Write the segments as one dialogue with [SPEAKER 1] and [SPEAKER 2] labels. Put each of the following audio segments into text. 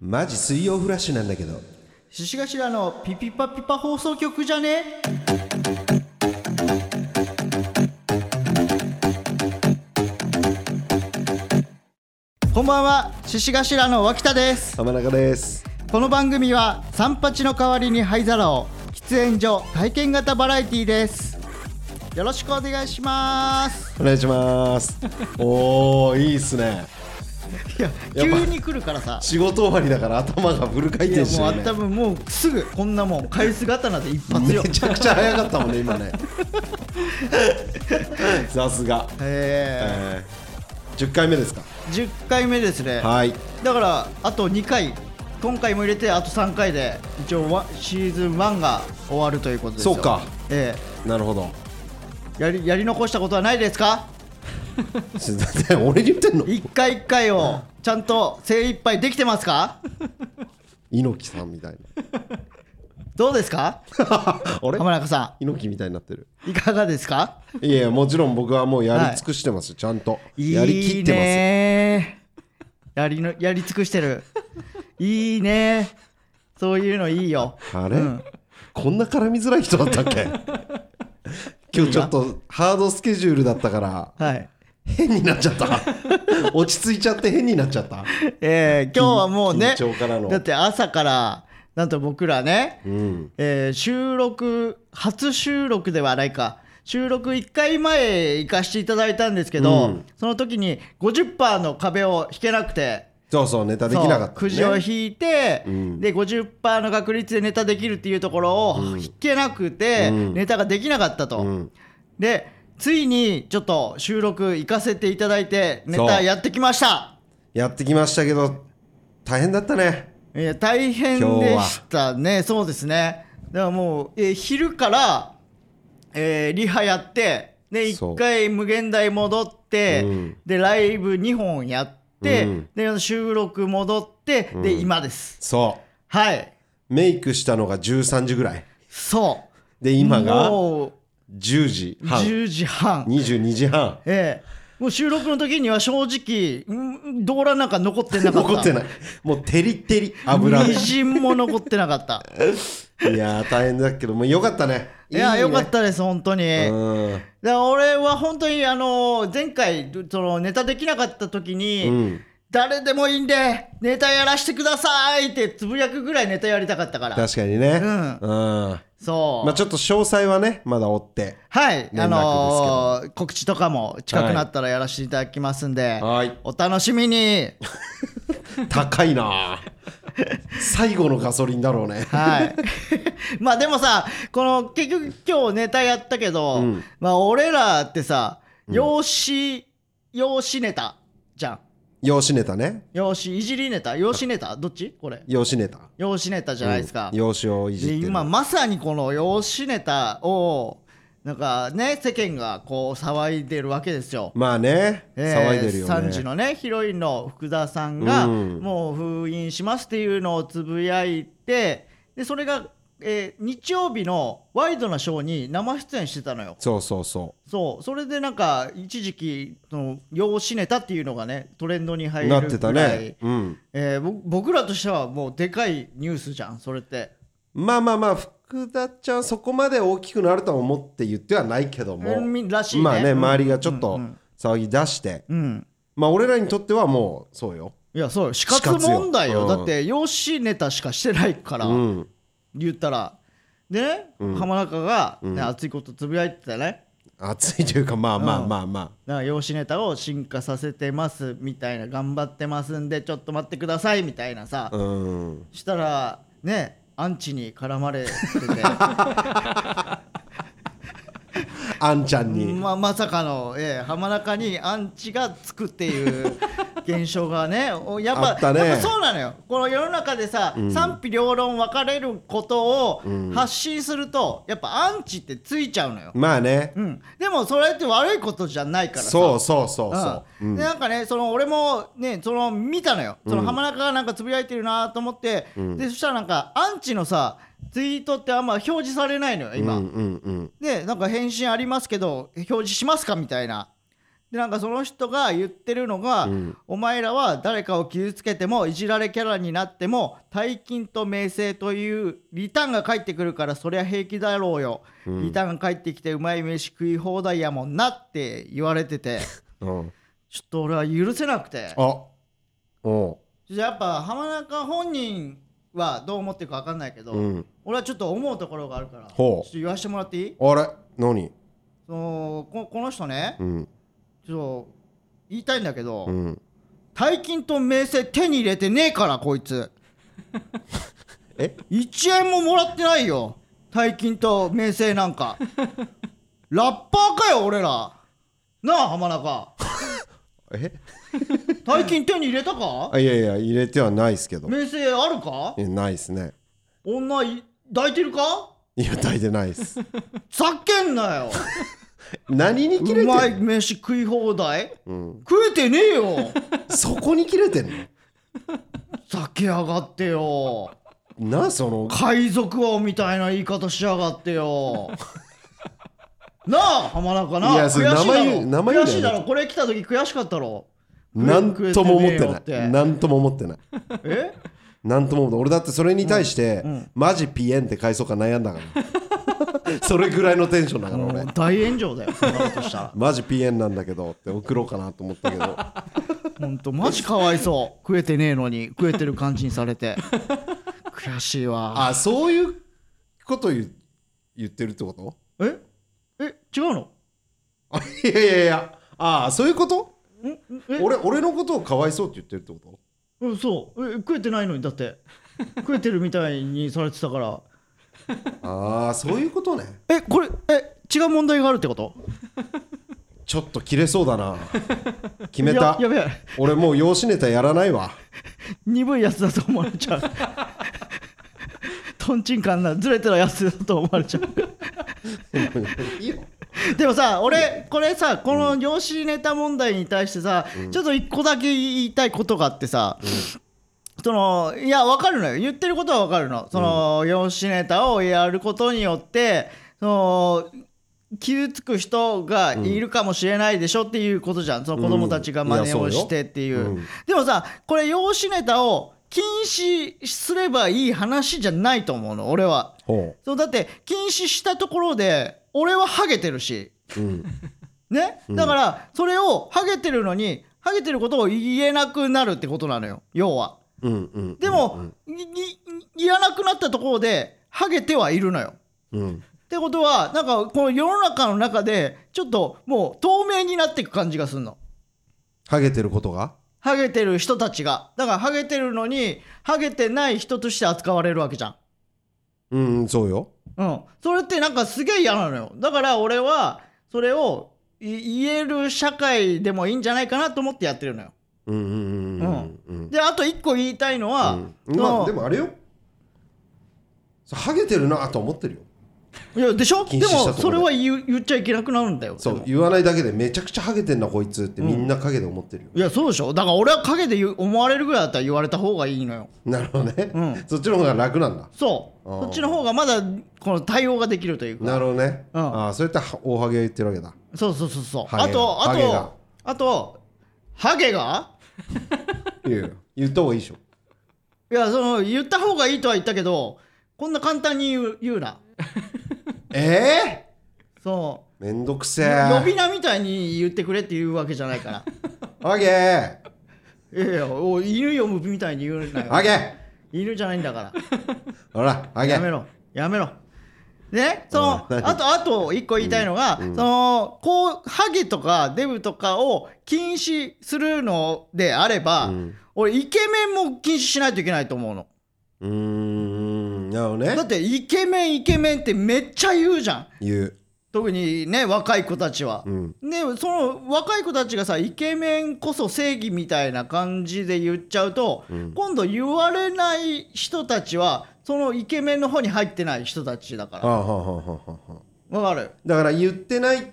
[SPEAKER 1] マジ水曜フラッシュなんだけど
[SPEAKER 2] 獅子頭のピピパピパ放送局じゃねこんばんは獅子頭の脇田です
[SPEAKER 1] 浜中です
[SPEAKER 2] この番組は三八の代わりに灰皿を喫煙所体験型バラエティーですよろしくお願いします
[SPEAKER 1] お願いします おおいいっすね
[SPEAKER 2] い
[SPEAKER 1] や
[SPEAKER 2] や
[SPEAKER 1] っぱ
[SPEAKER 2] 急に来るからさ
[SPEAKER 1] 仕事終わりだから頭がフル回
[SPEAKER 2] いや
[SPEAKER 1] 転して
[SPEAKER 2] もう
[SPEAKER 1] る、
[SPEAKER 2] あ
[SPEAKER 1] ね
[SPEAKER 2] 多、分もうすぐこんなもん返す刀で一発よ
[SPEAKER 1] めちゃくちゃ早かったもんね今 ねさすが、
[SPEAKER 2] え
[SPEAKER 1] えー、10回目ですか
[SPEAKER 2] ー、10回目ですね
[SPEAKER 1] はい
[SPEAKER 2] だからあと2回今回も入れてあと3回で一応ワシーズン1が終わるということですよ
[SPEAKER 1] そうか
[SPEAKER 2] え
[SPEAKER 1] なるほど
[SPEAKER 2] えやりやり残したことはないですか
[SPEAKER 1] すいません 俺に言ってんの
[SPEAKER 2] 一回一回をちゃんと精一杯できてますか
[SPEAKER 1] 猪木さんみたいな
[SPEAKER 2] どうですか
[SPEAKER 1] あれ
[SPEAKER 2] 浜中さ
[SPEAKER 1] 猪木みたいになってる
[SPEAKER 2] んいかがですか
[SPEAKER 1] いやいやもちろん僕はもうやり尽くしてますよ、ちゃんとやりきってます
[SPEAKER 2] いいねやりのやり尽くしてるいいねそういうのいいよ
[SPEAKER 1] あれ、
[SPEAKER 2] うん
[SPEAKER 1] こんな絡みづらい人だったっ け今日ちょっとハードスケジュールだったから
[SPEAKER 2] はい
[SPEAKER 1] 変になっちゃった落ち着いちゃって変になっちゃった
[SPEAKER 2] えー、今日はもうね
[SPEAKER 1] 緊張からの
[SPEAKER 2] だって朝からなんと僕らね、
[SPEAKER 1] うん
[SPEAKER 2] えー収録初収録ではないか収録1回前行かせていただいたんですけど、
[SPEAKER 1] うん
[SPEAKER 2] その時に50%の壁を引けなくて。
[SPEAKER 1] そうそうネタできなか
[SPEAKER 2] そう
[SPEAKER 1] った、
[SPEAKER 2] く
[SPEAKER 1] ね、
[SPEAKER 2] じを引いて、
[SPEAKER 1] うん
[SPEAKER 2] で50%の確率でネタできるっていうところを引けなくて、
[SPEAKER 1] うん
[SPEAKER 2] ネタができなかったと、
[SPEAKER 1] うん
[SPEAKER 2] でついにちょっと収録行かせていただいてネタやってきました
[SPEAKER 1] やってきましたけど大変だったね
[SPEAKER 2] えー大変でしたね、そうですね。だからもう、えー昼から、えーリハやって、で、
[SPEAKER 1] そう
[SPEAKER 2] 1回無限大戻って、
[SPEAKER 1] うん
[SPEAKER 2] で、ライブ2本やって、
[SPEAKER 1] うん
[SPEAKER 2] で、収録戻って、で、今です。
[SPEAKER 1] そ
[SPEAKER 2] はい。
[SPEAKER 1] うメイクしたのが13時ぐらい
[SPEAKER 2] そう。
[SPEAKER 1] で今が
[SPEAKER 2] もう、
[SPEAKER 1] 10時半
[SPEAKER 2] 10時半。
[SPEAKER 1] 22時半
[SPEAKER 2] ええもう収録の時には正直、うん、動画なんか残ってなかった。
[SPEAKER 1] 残ってないもうテリテリ油で
[SPEAKER 2] みじんも残ってなかった。
[SPEAKER 1] いやー大変だけどもうよかったね
[SPEAKER 2] いや、
[SPEAKER 1] ね
[SPEAKER 2] よかったです、本当に。
[SPEAKER 1] うん
[SPEAKER 2] だから俺は本当にあの前回そのネタできなかった時に、
[SPEAKER 1] うん
[SPEAKER 2] 誰でもいいんでネタやらしてくださいってつぶやくぐらいネタやりたかったから
[SPEAKER 1] 確かにね。
[SPEAKER 2] うん
[SPEAKER 1] ま
[SPEAKER 2] そう、
[SPEAKER 1] あちょっと詳細はね、まだ追って。
[SPEAKER 2] はい
[SPEAKER 1] 連絡
[SPEAKER 2] あのー告知とかも近くなったらやらせていただきますんで、
[SPEAKER 1] はい。
[SPEAKER 2] お楽しみに
[SPEAKER 1] 高いな最後のガソリンだろうね。
[SPEAKER 2] はい まあでもさこの結局今日ネタやったけど、
[SPEAKER 1] うん
[SPEAKER 2] まあ俺らってさ容姿、容姿ネタじゃん
[SPEAKER 1] 養子ネタね。
[SPEAKER 2] 容姿いじりネタ容姿ネタどっちこれ
[SPEAKER 1] 養子ネタ。
[SPEAKER 2] 容姿ネタじゃないですか、
[SPEAKER 1] うん養子をいじ
[SPEAKER 2] で
[SPEAKER 1] ってる。
[SPEAKER 2] 今まさにこの容姿ネタをなんかね世間がこう騒いでるわけですよ、
[SPEAKER 1] まあね、
[SPEAKER 2] えー
[SPEAKER 1] 騒いでるよ
[SPEAKER 2] 3時
[SPEAKER 1] ね。
[SPEAKER 2] のねヒロインの福田さんが
[SPEAKER 1] うん
[SPEAKER 2] もう封印しますっていうのをつぶやいてでそれが、えー日曜日のワイドなショーに生出演してたのよ
[SPEAKER 1] そうそうそ
[SPEAKER 2] そうそれでなんか一時期その容姿ネタっていうのがねトレンドに
[SPEAKER 1] う。
[SPEAKER 2] 入
[SPEAKER 1] な
[SPEAKER 2] る
[SPEAKER 1] ってた
[SPEAKER 2] ぐらい
[SPEAKER 1] ね。うん。
[SPEAKER 2] えーぼ僕らとしてはもうでかいニュースじゃんそれって、
[SPEAKER 1] まあまあまあ、福田ちゃん、そこまで大きくなるとは思って言ってはないけども、
[SPEAKER 2] うんみらしいね
[SPEAKER 1] まあね、
[SPEAKER 2] うん
[SPEAKER 1] 周りがちょっ
[SPEAKER 2] う
[SPEAKER 1] と
[SPEAKER 2] んうん
[SPEAKER 1] 騒ぎ出して、
[SPEAKER 2] うん
[SPEAKER 1] まあ俺らにとってはもう、そうよ。
[SPEAKER 2] いやそうよ死
[SPEAKER 1] 活よ
[SPEAKER 2] 活問題よ
[SPEAKER 1] うん
[SPEAKER 2] だって養子ネタしかしてないから、
[SPEAKER 1] うん。
[SPEAKER 2] 言ったらでね、
[SPEAKER 1] うん
[SPEAKER 2] 浜中が、ね
[SPEAKER 1] うん
[SPEAKER 2] 熱いことつぶやいてたね
[SPEAKER 1] 熱いというか、まあまあまあまあ。
[SPEAKER 2] だから養子ネタを進化させてますみたいな頑張ってますんでちょっと待ってくださいみたいなさ、
[SPEAKER 1] うん、
[SPEAKER 2] したらねアンチに絡まれて
[SPEAKER 1] あんちゃん
[SPEAKER 2] て、
[SPEAKER 1] に、
[SPEAKER 2] ままさかの、ええ浜中にアンチがつくっていう現象 がねおやっ
[SPEAKER 1] あっ
[SPEAKER 2] ぱ
[SPEAKER 1] たね
[SPEAKER 2] やっぱそうなのよこの世の中でさ、賛否両論分かれることを
[SPEAKER 1] ん
[SPEAKER 2] 発信すると、やっぱアンチってついちゃうのよ、
[SPEAKER 1] まあね、
[SPEAKER 2] うん、でもそれって悪いことじゃないからさ
[SPEAKER 1] そうそうそうそうう、
[SPEAKER 2] ん
[SPEAKER 1] うん
[SPEAKER 2] でなんかねその俺もねその見たのよその浜中がなんかつぶやいてるなと思って、でそしたらなんかアンチのさツイートってあんま表示されないのよ今、
[SPEAKER 1] うんうんうん
[SPEAKER 2] でなんか返信ありますけど表示しますかみたいなでなんかその人が言ってるのが、
[SPEAKER 1] うん
[SPEAKER 2] お前らは誰かを傷つけてもいじられキャラになっても大金と名声というリターンが返ってくるからそりゃ平気だろうよ、
[SPEAKER 1] うん
[SPEAKER 2] リターン返ってきてうまい飯食い放題やもんなって言われてて
[SPEAKER 1] うん
[SPEAKER 2] ちょっと俺は許せなくて
[SPEAKER 1] あお
[SPEAKER 2] やっぱ浜中本人はどう思ってるか分かんないけど、
[SPEAKER 1] ううん
[SPEAKER 2] 俺はちょっと思うところがあるからちょ
[SPEAKER 1] ほう
[SPEAKER 2] っと言わせてもらっていい
[SPEAKER 1] あれ何
[SPEAKER 2] そのここの人ね
[SPEAKER 1] うん
[SPEAKER 2] ちょっと言いたいんだけど、
[SPEAKER 1] うん
[SPEAKER 2] 大金と名声手に入れてねえからこいつ
[SPEAKER 1] え
[SPEAKER 2] 1円ももらってないよ大金と名声なんかラッパーかよ俺らなあ浜中
[SPEAKER 1] え
[SPEAKER 2] 大金手に入れたか
[SPEAKER 1] あいやいや入れてはないですけど
[SPEAKER 2] 名声あるか
[SPEAKER 1] いやないですね
[SPEAKER 2] 女い抱いてるか
[SPEAKER 1] いや抱いてないです
[SPEAKER 2] ざけんなよ
[SPEAKER 1] 何に切れ
[SPEAKER 2] うま
[SPEAKER 1] て
[SPEAKER 2] い
[SPEAKER 1] んの
[SPEAKER 2] 飯食い放題
[SPEAKER 1] うん
[SPEAKER 2] 食えてねえよ
[SPEAKER 1] そこに切れてんの
[SPEAKER 2] ざけやがってよ
[SPEAKER 1] なその
[SPEAKER 2] 海賊王みたいな言い方しやがってよ なあ浜中ない
[SPEAKER 1] やそれ
[SPEAKER 2] 悔
[SPEAKER 1] 名
[SPEAKER 2] しいだ
[SPEAKER 1] 前言
[SPEAKER 2] ろ
[SPEAKER 1] う名前言うのやめ
[SPEAKER 2] 悔
[SPEAKER 1] て
[SPEAKER 2] しいだろこれ来た時悔しかったろ
[SPEAKER 1] 何とも思って
[SPEAKER 2] 食
[SPEAKER 1] な
[SPEAKER 2] えてねえよ
[SPEAKER 1] い
[SPEAKER 2] って
[SPEAKER 1] 何とも思ってない
[SPEAKER 2] え
[SPEAKER 1] 何とも思ってない俺だってそれに対して
[SPEAKER 2] うん
[SPEAKER 1] マジピエンって返そうか悩んだから それぐらいのテンションだから
[SPEAKER 2] も
[SPEAKER 1] 俺
[SPEAKER 2] う大炎上だよそんなことしたら
[SPEAKER 1] マジピエンなんだけどって送ろうかなと思ったけ ど
[SPEAKER 2] ほんとマジかわいそう食えてねえのに食えてる感じにされて悔しいわ
[SPEAKER 1] あそういうこと言う言ってるってこと
[SPEAKER 2] ええ違うの
[SPEAKER 1] あいやいやいやああそういうこと
[SPEAKER 2] んんえ
[SPEAKER 1] 俺俺のことをかわいそうって言ってるってこと
[SPEAKER 2] うんそうえ食えてないのにだって食えてるみたいにされてたから
[SPEAKER 1] ああそういうことね
[SPEAKER 2] えこれえ違う問題があるってこと
[SPEAKER 1] ちょっと切れそうだな決めた
[SPEAKER 2] ややべえ
[SPEAKER 1] 俺もう養子ネタやらないわ
[SPEAKER 2] 鈍いやつだと思われちゃうとんちんかんなずれてるやつだと思われちゃう
[SPEAKER 1] いいよ
[SPEAKER 2] でもさ俺これさこの養子ネタ問題に対してさ、ちょっと一個だけ言いたいことがあってさ、そのいや分かるのよ言ってることは分かるのその、養子ネタをやることによってその傷つく人がいるかもしれないでしょっていうことじゃん、その子供たちが真似をしてっていう,、
[SPEAKER 1] うんいやそうよ
[SPEAKER 2] でもさこれ養子ネタを禁止すればいい話じゃないと思うの俺は
[SPEAKER 1] ほ
[SPEAKER 2] そうだって禁止したところで俺はハゲてるし
[SPEAKER 1] う、うん、
[SPEAKER 2] ね、だからそれをハゲてるのにハゲてることを言えなくなるってことなのよ要は
[SPEAKER 1] うんうん
[SPEAKER 2] でも、いいい言わなくなったところでハゲてはいるのよ
[SPEAKER 1] うん
[SPEAKER 2] ってことはなんかこの世の中の中でちょっともう透明になっていく感じがするの
[SPEAKER 1] ハゲてることが
[SPEAKER 2] ハゲてる人たちがだからハゲてるのにハゲてない人として扱われるわけじゃん
[SPEAKER 1] うんそうよ
[SPEAKER 2] うん、それってなんかすげえ嫌なのよだから俺はそれをい言える社会でもいいんじゃないかなと思ってやってるのよ
[SPEAKER 1] うんうんうんうんうん
[SPEAKER 2] であと一個言いたいのは、
[SPEAKER 1] うん
[SPEAKER 2] そ
[SPEAKER 1] ま
[SPEAKER 2] の
[SPEAKER 1] あでもあれよそうハゲてるなと思ってるよ
[SPEAKER 2] いやでしょで
[SPEAKER 1] 禁止した
[SPEAKER 2] も
[SPEAKER 1] とこ
[SPEAKER 2] そ
[SPEAKER 1] ろで
[SPEAKER 2] れは言う言っちゃいけなくなるんだよ
[SPEAKER 1] そ
[SPEAKER 2] で
[SPEAKER 1] う
[SPEAKER 2] も
[SPEAKER 1] 言わないだけでめちゃくちゃハゲてんなこいつってみんな陰で思ってるよ、
[SPEAKER 2] いやそうでしょだから俺は陰で言う思われるぐらいだったら言われた方がいいのよ
[SPEAKER 1] なるほどね、
[SPEAKER 2] うん
[SPEAKER 1] そっちの方が楽なんだ
[SPEAKER 2] そう
[SPEAKER 1] あー
[SPEAKER 2] そっちの方がまだこの対応ができるというか
[SPEAKER 1] なるほどね、
[SPEAKER 2] うん
[SPEAKER 1] ああそうやって大ハゲを言ってるわけ だ
[SPEAKER 2] そうそうそうそう
[SPEAKER 1] ハ
[SPEAKER 2] あ
[SPEAKER 1] ゲ
[SPEAKER 2] とあ
[SPEAKER 1] ハゲが
[SPEAKER 2] とあとハゲが
[SPEAKER 1] いやいや言った方がいいでしょ
[SPEAKER 2] いやその言った方がいいとは言ったけどこんな簡単に言う言うな
[SPEAKER 1] え
[SPEAKER 2] そう
[SPEAKER 1] えめんどくせえ
[SPEAKER 2] 呼び名みたいに言ってくれって言うわけじゃないから
[SPEAKER 1] ハゲ
[SPEAKER 2] いやいやお犬呼ぶみたいに言うなよ
[SPEAKER 1] ハゲ
[SPEAKER 2] 犬じゃないんだか
[SPEAKER 1] ほらハ
[SPEAKER 2] ら
[SPEAKER 1] ゲ
[SPEAKER 2] やめろやめろねその
[SPEAKER 1] うん何
[SPEAKER 2] あとあと一個言いたいのが、そのこうハゲとかデブとかを禁止するのであれば、
[SPEAKER 1] うん
[SPEAKER 2] 俺イケメンも禁止しないといけないと思うの
[SPEAKER 1] うーんなるほどね
[SPEAKER 2] だってイケメンイケメンってめっちゃ言うじゃん
[SPEAKER 1] 言う
[SPEAKER 2] 特にね若い子たちは、
[SPEAKER 1] うん
[SPEAKER 2] でその若い子たちがさイケメンこそ正義みたいな感じで言っちゃうと、今度言われない人たちはそのイケメンの方に入ってない人たちだか
[SPEAKER 1] はあ
[SPEAKER 2] ら
[SPEAKER 1] はあはあはあはあ
[SPEAKER 2] わかる
[SPEAKER 1] だから言ってない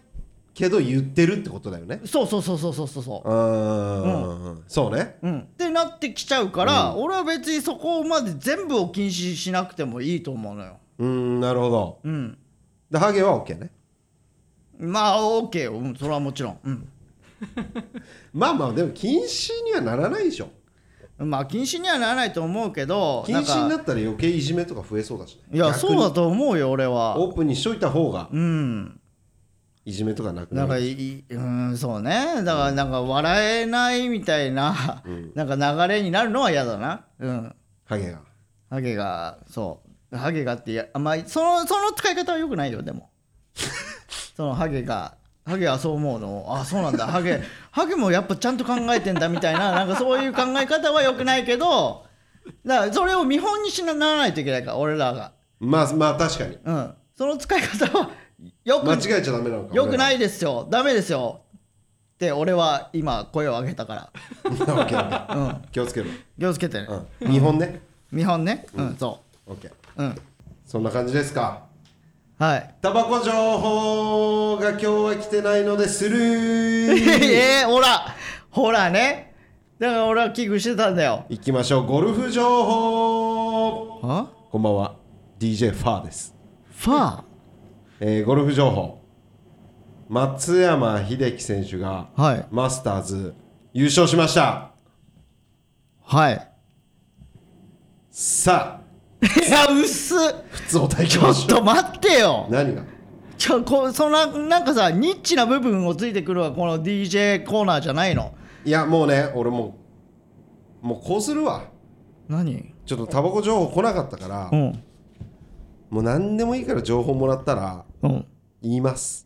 [SPEAKER 1] けど言ってるってことだよね
[SPEAKER 2] そうそうそうそうそうそうそう
[SPEAKER 1] ーんそうね
[SPEAKER 2] う、うん、ってなってきちゃうから、俺は別にそこまで全部を禁止しなくてもいいと思うのよ
[SPEAKER 1] うーんなるほど
[SPEAKER 2] うん
[SPEAKER 1] でハゲは OK ね
[SPEAKER 2] まあ OK よ、うん、それはもちろん、うん、
[SPEAKER 1] まあまあでも禁止にはならないでしょ
[SPEAKER 2] まあ禁止にはならないと思うけど
[SPEAKER 1] 禁止に
[SPEAKER 2] な
[SPEAKER 1] なん
[SPEAKER 2] か
[SPEAKER 1] ったら余計いじめとか増えそうだしね
[SPEAKER 2] いや
[SPEAKER 1] 逆
[SPEAKER 2] そ
[SPEAKER 1] に
[SPEAKER 2] うだと思うよ俺は
[SPEAKER 1] オープンにしといた方が
[SPEAKER 2] うん
[SPEAKER 1] いじめとかなく
[SPEAKER 2] なん
[SPEAKER 1] な
[SPEAKER 2] か
[SPEAKER 1] る
[SPEAKER 2] いいうんそうねだからなんか笑えないみたいな、なんか流れになるのは嫌だなうん
[SPEAKER 1] ハゲが
[SPEAKER 2] ハゲがそうハゲがってやあんまりそのその使い方はよくないよで もそのハゲがハゲはそう思うのあそうなんだハ ゲハゲもやっぱちゃんと考えてんだみたいななんかそういう考え方はよくないけどだからそれを見本にしなならないといけないから俺らが
[SPEAKER 1] まあまあ確かに
[SPEAKER 2] うんその使い方はよく
[SPEAKER 1] 間違えちゃダメなの か
[SPEAKER 2] よく ないいですよダメですよって俺は今声を上げたか
[SPEAKER 1] OK 気をつけろ
[SPEAKER 2] ら気をつけてね、
[SPEAKER 1] うん日本ね
[SPEAKER 2] 見本ねうん、そ
[SPEAKER 1] OK
[SPEAKER 2] ううん
[SPEAKER 1] そんな感じですか
[SPEAKER 2] はい
[SPEAKER 1] タバコ情報が今日は来てないのでスル ー
[SPEAKER 2] ええほらほらねだから俺は危惧してたんだよ
[SPEAKER 1] いきましょうゴルフ情報
[SPEAKER 2] あ
[SPEAKER 1] こんばんは DJ ファーです
[SPEAKER 2] ファ
[SPEAKER 1] えーゴルフ情報松山英樹選手が
[SPEAKER 2] ーはい
[SPEAKER 1] マスターズ優勝しました
[SPEAKER 2] はい
[SPEAKER 1] さあ
[SPEAKER 2] いや薄っ
[SPEAKER 1] 普通お対
[SPEAKER 2] ち
[SPEAKER 1] 決
[SPEAKER 2] ょっと待ってよ
[SPEAKER 1] 何が
[SPEAKER 2] ちょこそんななんかさニッチな部分をついてくるわこの DJ コーナーじゃないの
[SPEAKER 1] いやもうね俺もうもうこうするわ
[SPEAKER 2] 何
[SPEAKER 1] ちょっとタバコ情報来なかったから、
[SPEAKER 2] うん
[SPEAKER 1] もう何でもいいから情報もらったら
[SPEAKER 2] うん
[SPEAKER 1] 言います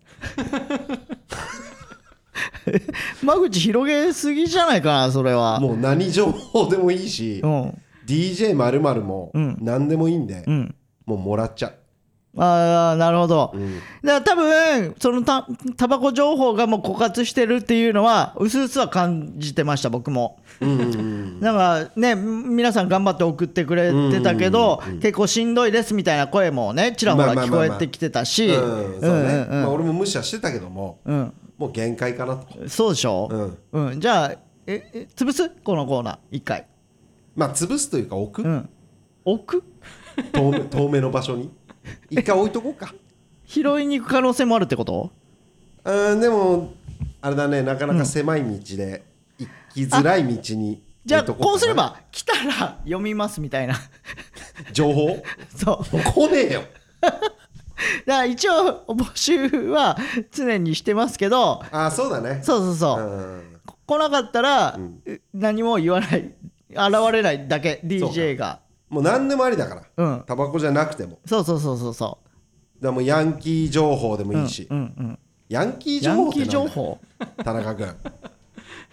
[SPEAKER 2] 間口広げすぎじゃないかなそれは
[SPEAKER 1] もう何情報でもいいし、
[SPEAKER 2] うん
[SPEAKER 1] DJ まるも
[SPEAKER 2] うん
[SPEAKER 1] 何でもいいんで、
[SPEAKER 2] うん
[SPEAKER 1] もうもらっちゃ
[SPEAKER 2] ああなるほど、
[SPEAKER 1] う、うん、
[SPEAKER 2] だから多分そのたタバコ情報がもう枯渇してるっていうのはうすうすは感じてました僕も
[SPEAKER 1] うんうんうん
[SPEAKER 2] なんかね皆さん頑張って送ってくれてたけど、結構しんどいですみたいな声もねちらほら聞こえてきてたし
[SPEAKER 1] うんそうね、
[SPEAKER 2] うんうん
[SPEAKER 1] まあ、俺も無視はしてたけども
[SPEAKER 2] うん
[SPEAKER 1] もう限界かなと
[SPEAKER 2] そうでしょ、
[SPEAKER 1] うん
[SPEAKER 2] うんじゃあええ潰すこのコーナー一回、
[SPEAKER 1] まあ潰すというか置く、
[SPEAKER 2] うん、置く
[SPEAKER 1] 遠目遠目の場所に一回置いとこう か
[SPEAKER 2] 拾いに行く可能性もあるってこと
[SPEAKER 1] うんでもあれだねなかなか狭い道で行きづらい道に
[SPEAKER 2] じゃあ
[SPEAKER 1] 置いと
[SPEAKER 2] こうす
[SPEAKER 1] か
[SPEAKER 2] れ
[SPEAKER 1] な
[SPEAKER 2] ば来たら読みますみたいな
[SPEAKER 1] 情報も
[SPEAKER 2] そう
[SPEAKER 1] う来ねえよ
[SPEAKER 2] だから一応募集は常にしてますけど
[SPEAKER 1] ああそうだね
[SPEAKER 2] そうそうそう、
[SPEAKER 1] うん
[SPEAKER 2] こ来なかったら、う何も言わない現れないだけ
[SPEAKER 1] そうか
[SPEAKER 2] DJ が
[SPEAKER 1] もう何でもありだから
[SPEAKER 2] うん
[SPEAKER 1] タバコじゃなくても
[SPEAKER 2] そうそうそうそうそ
[SPEAKER 1] だからもうヤンキー情報でも
[SPEAKER 2] う
[SPEAKER 1] いいし、
[SPEAKER 2] うんうん
[SPEAKER 1] ヤンキー情
[SPEAKER 2] ヤ
[SPEAKER 1] 報
[SPEAKER 2] ン
[SPEAKER 1] って
[SPEAKER 2] キ
[SPEAKER 1] な
[SPEAKER 2] ー
[SPEAKER 1] んだ
[SPEAKER 2] 情報
[SPEAKER 1] 田中 君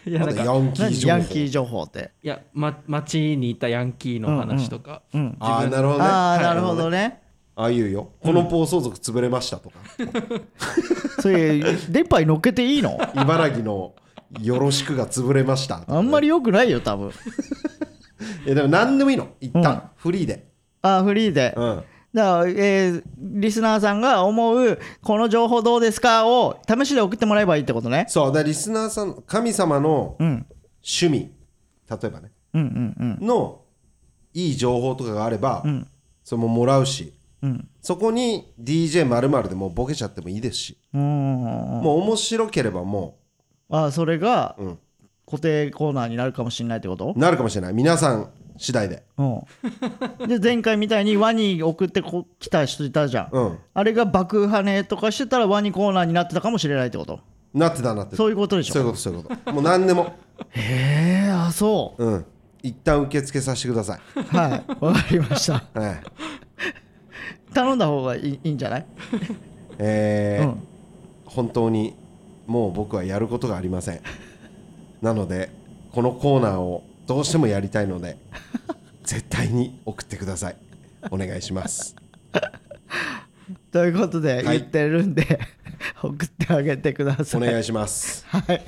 [SPEAKER 3] いや
[SPEAKER 1] ま
[SPEAKER 3] なん
[SPEAKER 1] だ
[SPEAKER 3] か
[SPEAKER 1] ヤンキー
[SPEAKER 2] 何
[SPEAKER 1] 情報
[SPEAKER 2] ヤンキー情報って
[SPEAKER 3] いや、ま、街にいたヤンキーの話とか、
[SPEAKER 2] うん
[SPEAKER 1] ああなるほどね
[SPEAKER 2] ああ
[SPEAKER 1] はい
[SPEAKER 2] なるほどね
[SPEAKER 1] ああいうよこの暴走族潰れましたとか、
[SPEAKER 2] そういう電波に乗っけていいの
[SPEAKER 1] 茨城のよろしくが潰れましたとかね、
[SPEAKER 2] あんまり良くないよ多分
[SPEAKER 1] いやでも何でもいいの一旦、フリーで
[SPEAKER 2] ああフリーで
[SPEAKER 1] うん
[SPEAKER 2] だから、えーリスナーさんが思うこの情報どうですかを試しで送ってもらえばいいってことね
[SPEAKER 1] そうだからリスナーさん神様の
[SPEAKER 2] うん
[SPEAKER 1] 趣味例えばね
[SPEAKER 2] うんうんうん
[SPEAKER 1] のいい情報とかがあれば、
[SPEAKER 2] ん
[SPEAKER 1] それももらうし
[SPEAKER 2] うん
[SPEAKER 1] そこに DJ まるでもうボケちゃってもいいですし、
[SPEAKER 2] うん
[SPEAKER 1] もう面白ければも
[SPEAKER 2] あそれが
[SPEAKER 1] う、うん、
[SPEAKER 2] 固定コーナーになるかもしれないってこと
[SPEAKER 1] なるかもしれない皆さん次第で
[SPEAKER 2] うんで前回みたいにワニ送ってこ来た人いたじゃん
[SPEAKER 1] うん
[SPEAKER 2] あれが爆跳ねとかしてたらワニコーナーになってたかもしれないってこと
[SPEAKER 1] なってたなってた
[SPEAKER 2] そういうことでし
[SPEAKER 1] そうい
[SPEAKER 2] ょ
[SPEAKER 1] うことそういうこともう何でも
[SPEAKER 2] へえあそ
[SPEAKER 1] うん一旦受け付けさせてくだ さ
[SPEAKER 2] うはいわかりました
[SPEAKER 1] い、はい、
[SPEAKER 2] 頼んだ方がいいいいんじゃない
[SPEAKER 1] え
[SPEAKER 2] う
[SPEAKER 1] ー
[SPEAKER 2] ん
[SPEAKER 1] 本当にもう僕はやることがありませんなのでこのコーナーをどうしてもやりたいので絶対に送ってくださいお願いします
[SPEAKER 2] ということで
[SPEAKER 1] は
[SPEAKER 2] 言
[SPEAKER 1] い
[SPEAKER 2] ってるんで、 送ってあげてくださ
[SPEAKER 1] お
[SPEAKER 2] い
[SPEAKER 1] 願いします
[SPEAKER 2] はい。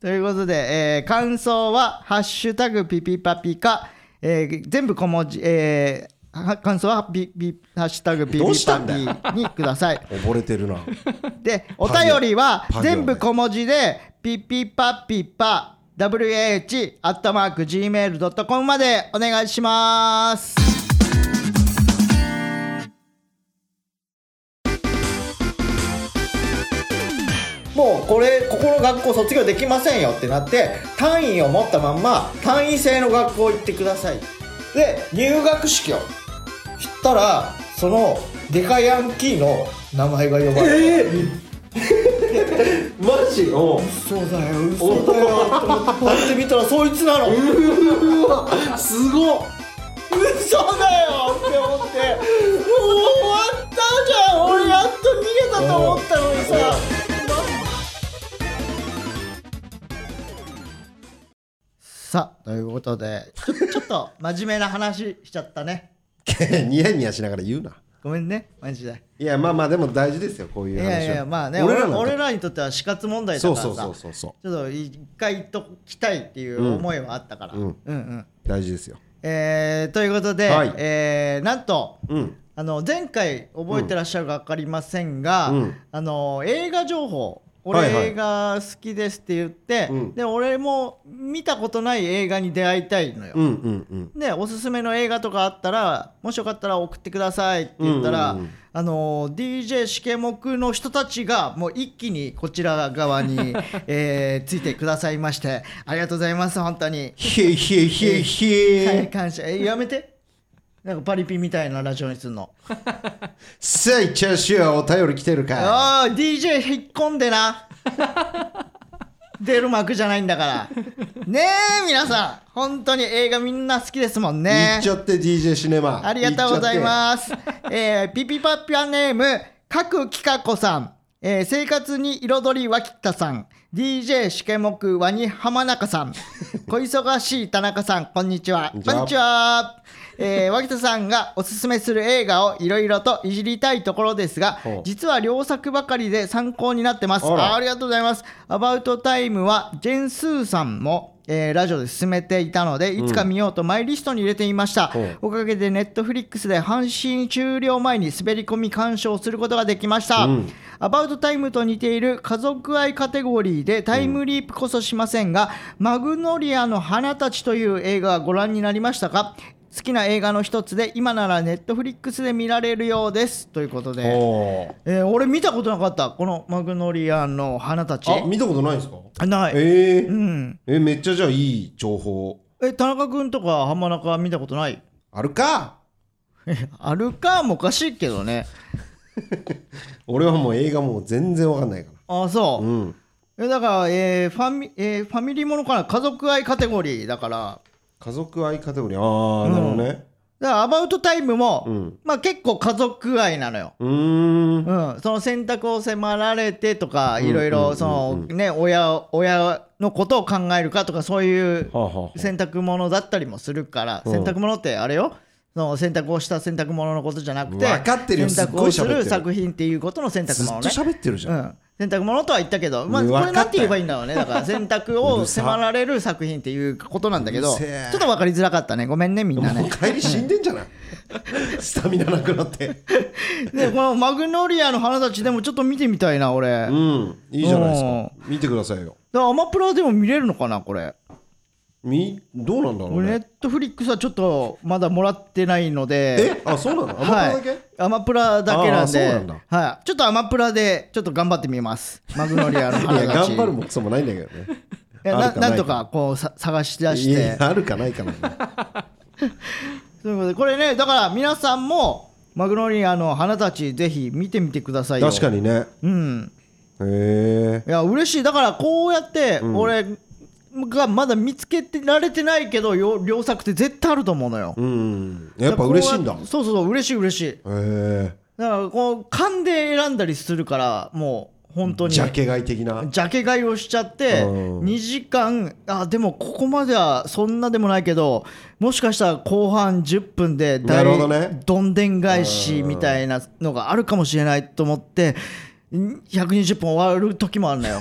[SPEAKER 2] ということで、えー感想は、ハッシュタグピピパピか、えー全部小文字、えーは感想はピピ、ハッシュタグピピ
[SPEAKER 1] どうしたんだよ
[SPEAKER 2] パピにください。
[SPEAKER 1] 溺れてるな
[SPEAKER 2] で、お便りは
[SPEAKER 1] パ行
[SPEAKER 2] 全部小文字で、ピピパピパ、wh、アットマーク、gmail.com までお願いします。もうこれここの学校卒業できませんよってなって単位を持ったまんま単位制の学校行ってくださいで入学式をしたらそのデカヤンキーの名前が呼ばれて、
[SPEAKER 1] マジお
[SPEAKER 2] 嘘だよ嘘だよと思ってパッて見たらそいつなの嘘だよ
[SPEAKER 1] うわすごっ
[SPEAKER 2] って思ってもう終わったじゃん俺やっと逃げたと思ったのにささあということでちょちょっと真面目な話しちゃったね
[SPEAKER 1] ニヤニヤしながら言うな
[SPEAKER 2] ごめんねマジで
[SPEAKER 1] いやまあまあでも大事ですよこうい
[SPEAKER 2] いう
[SPEAKER 1] 話は
[SPEAKER 2] やいやまあね
[SPEAKER 1] 俺ら
[SPEAKER 2] 俺
[SPEAKER 1] な
[SPEAKER 2] ら
[SPEAKER 1] んか
[SPEAKER 2] 俺らにとっては死活問題だか
[SPEAKER 1] そ
[SPEAKER 2] ら
[SPEAKER 1] う
[SPEAKER 2] さ
[SPEAKER 1] そうそうそうそ
[SPEAKER 2] ちょっと一回言っときたいっていう思いはあったから、
[SPEAKER 1] うん
[SPEAKER 2] うん、うん
[SPEAKER 1] う大事ですよ
[SPEAKER 2] えーということで、
[SPEAKER 1] はい
[SPEAKER 2] えーなんと
[SPEAKER 1] うん
[SPEAKER 2] あの前回覚えてらっしゃるか分かりませんが、
[SPEAKER 1] うん
[SPEAKER 2] あの映画情報俺
[SPEAKER 1] はいはい
[SPEAKER 2] 映画好きですって言って、
[SPEAKER 1] うん
[SPEAKER 2] で俺も見たことない映画に出会いたいのよ
[SPEAKER 1] う、んうんうん
[SPEAKER 2] でおすすめの映画とかあったらもしよかったら送ってくださいって言ったら、
[SPEAKER 1] うんうんうん
[SPEAKER 2] あの DJ しけもくの人たちがもう一気にこちら 側に、えーついてくださいましてありがとうございます本当に、
[SPEAKER 1] ひえひえひえひ
[SPEAKER 2] はい、
[SPEAKER 1] え
[SPEAKER 2] 感謝えやめてなんかパリピみたいなラジオにするの
[SPEAKER 1] さあチャーシューはお便り来てるか
[SPEAKER 2] ああ DJ 引っ込ん でな出る幕じゃないんだからねえ皆さん本当に映画みんな好きですもん
[SPEAKER 1] い
[SPEAKER 2] ね
[SPEAKER 1] っちゃって DJ シネマ
[SPEAKER 2] ありがとうございます。 えー、ピピパピアネーム、各きかこさん。えー生活に彩り脇田さん。DJ しけもくワニ浜中さん。 小忙しい田中さん、こんにちは。
[SPEAKER 1] こ
[SPEAKER 2] こ
[SPEAKER 1] ん
[SPEAKER 2] ん
[SPEAKER 1] にちは
[SPEAKER 2] にちは。えー、脇田さんがおすすめする映画をいろいろといじりたいところですが
[SPEAKER 1] ほう、
[SPEAKER 2] 実は両作ばかりで参考になってます。
[SPEAKER 1] あら
[SPEAKER 2] あありがとうございます。アバウトタイムは、ジェンスーさんも、えーラジオで進めていたので、いつか見ようとマイリストに入れていました。
[SPEAKER 1] ほう
[SPEAKER 2] おかげでネットフリックスで配信終了前に滑り込み鑑賞することができました、
[SPEAKER 1] うん
[SPEAKER 2] アバウトタイムと似ている家族愛カテゴリーでタイムリープこそしませんが、マグノリアの花たちという映画はご覧になりましたか好きな映画の一つで今ならネットフリックスで見られるようですということ
[SPEAKER 1] お
[SPEAKER 2] で、
[SPEAKER 1] お
[SPEAKER 2] えー俺見たことなかったこのマグノリアの花たち
[SPEAKER 1] あ見たことないんですか
[SPEAKER 2] ない
[SPEAKER 1] えー
[SPEAKER 2] うん
[SPEAKER 1] えめっちゃじゃあいい情報
[SPEAKER 2] え田中君とか浜中は見たことない
[SPEAKER 1] あるか
[SPEAKER 2] あるかもおかしいけどね
[SPEAKER 1] 俺はもう映画もう全然わかんないか
[SPEAKER 2] あそう
[SPEAKER 1] ら、うん
[SPEAKER 2] えだから、えーファミえーファミリーものかな家族愛カテゴリーだから
[SPEAKER 1] 家族愛カテゴリーああなるほどね
[SPEAKER 2] だからアバウトタイムも、
[SPEAKER 1] うん
[SPEAKER 2] まあ、結構家族愛なのよ、
[SPEAKER 1] うーん
[SPEAKER 2] うん、その選択を迫られてとか
[SPEAKER 1] ん
[SPEAKER 2] いろい
[SPEAKER 1] うん
[SPEAKER 2] ろその、ね、親親のことを考えるかとかそういう
[SPEAKER 1] はあはあはあ
[SPEAKER 2] 選択ものだったりもするから、
[SPEAKER 1] うん
[SPEAKER 2] 洗濯物ってあれよその選択をした選択もののことじゃなくて
[SPEAKER 1] 分かってるよ
[SPEAKER 2] 選択を
[SPEAKER 1] す
[SPEAKER 2] す
[SPEAKER 1] っごい喋ってる
[SPEAKER 2] る作品っていうことの選択
[SPEAKER 1] ずっ
[SPEAKER 2] もの
[SPEAKER 1] と
[SPEAKER 2] ね
[SPEAKER 1] 喋ってるじゃん、
[SPEAKER 2] うん、洗濯物とは言ったけど、まあ、
[SPEAKER 1] うわ
[SPEAKER 2] これなんて言えばいいんだろうね だから洗濯を迫られる作品っていうことなんだけ
[SPEAKER 1] う
[SPEAKER 2] ど
[SPEAKER 1] る
[SPEAKER 2] ち
[SPEAKER 1] せえ
[SPEAKER 2] ょっと分かりづらかったねごめんねみんな
[SPEAKER 1] もう
[SPEAKER 2] ね
[SPEAKER 1] 帰り死んでんじゃないスタミナなくなって
[SPEAKER 2] でこの「マグノリアの花たち」でもちょっと見てみたいな俺だ
[SPEAKER 1] う
[SPEAKER 2] か
[SPEAKER 1] んいいじゃないですか
[SPEAKER 2] う
[SPEAKER 1] 見てくださいよ
[SPEAKER 2] らアマプラでも見れるのかなこれ
[SPEAKER 1] みどうなんだろう
[SPEAKER 2] 俺
[SPEAKER 1] ね
[SPEAKER 2] ネットフリックスはちょっとまだもらってないので
[SPEAKER 1] えあそうなのあま
[SPEAKER 2] は
[SPEAKER 1] だけ、
[SPEAKER 2] い、アマプラだけなん
[SPEAKER 1] あー
[SPEAKER 2] で
[SPEAKER 1] そうなんだ
[SPEAKER 2] はい、ちょっとアマプラでちょっと頑張ってみますマグノリアの
[SPEAKER 1] い、
[SPEAKER 2] 花
[SPEAKER 1] や
[SPEAKER 2] た
[SPEAKER 1] 頑
[SPEAKER 2] ち
[SPEAKER 1] 張るもクソもないんだけどね
[SPEAKER 2] いや
[SPEAKER 1] ある
[SPEAKER 2] な
[SPEAKER 1] か
[SPEAKER 2] なんと
[SPEAKER 1] ない
[SPEAKER 2] かこうさ探し出し
[SPEAKER 1] い
[SPEAKER 2] て
[SPEAKER 1] やあるかないかな、
[SPEAKER 2] ということでこれねだから皆さんもマグノリアの花たちぜひ見てみてくださいよ
[SPEAKER 1] 確かにね
[SPEAKER 2] にうん
[SPEAKER 1] へえ
[SPEAKER 2] いや嬉しいだからこうやって俺がまだ見つけてられてないけどよ両作って絶対あると思うのよ
[SPEAKER 1] うんやっぱ嬉しいんだ
[SPEAKER 2] こう
[SPEAKER 1] へ
[SPEAKER 2] やそうそうそう嬉しい嬉しい
[SPEAKER 1] え
[SPEAKER 2] だからこう勘で選んだりするからもう本当に
[SPEAKER 1] ジャケ買い的な
[SPEAKER 2] ジャケ買いをしちゃって
[SPEAKER 1] うん
[SPEAKER 2] 2時間あでもここまではそんなでもないけどもしかしたら後半10分で
[SPEAKER 1] なるほどね
[SPEAKER 2] どんでん返しみたいなのがあるかもしれないと思ってん120分終わる時もある のよ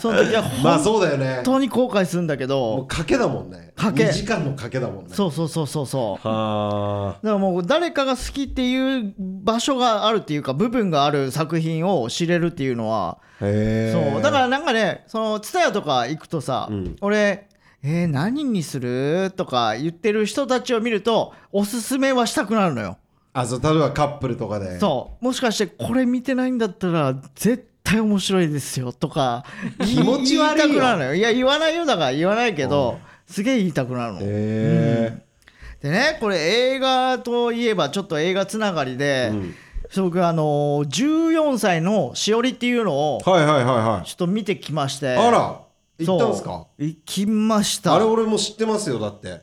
[SPEAKER 2] その時は
[SPEAKER 1] まあ
[SPEAKER 2] 本
[SPEAKER 1] そうだよね
[SPEAKER 2] 当に後悔するんだけ
[SPEAKER 1] もう
[SPEAKER 2] ど
[SPEAKER 1] 賭けだもんね
[SPEAKER 2] 賭け
[SPEAKER 1] 2時間の賭けだもんね
[SPEAKER 2] そうそうそうそうそう
[SPEAKER 1] はあ
[SPEAKER 2] だからもう誰かが好きっていう場所があるっていうか部分がある作品を知れるっていうのは
[SPEAKER 1] へえ
[SPEAKER 2] そうだからなんかねその TSUTAYA とか行くとさ、
[SPEAKER 1] うん
[SPEAKER 2] 俺えー何にするとか言ってる人たちを見るとおすすめはしたくなるのよ、
[SPEAKER 1] あそう例えばカップルとかで
[SPEAKER 2] そうもしかしてこれ見てないんだったら絶対面白いですよとか
[SPEAKER 1] 気持ち悪いよ
[SPEAKER 2] 言いたくなるのよいや言わないよだから言わないけどすげえ言いたくなるの、
[SPEAKER 1] え
[SPEAKER 2] でねこれ映画といえばちょっと映画つながりで、僕あの14歳のしおりっていうのを
[SPEAKER 1] ー、はいはいはいは
[SPEAKER 2] ちょっと見てきまして
[SPEAKER 1] いあら行ったんすか
[SPEAKER 2] そう行きました
[SPEAKER 1] あれ俺も知ってますよだって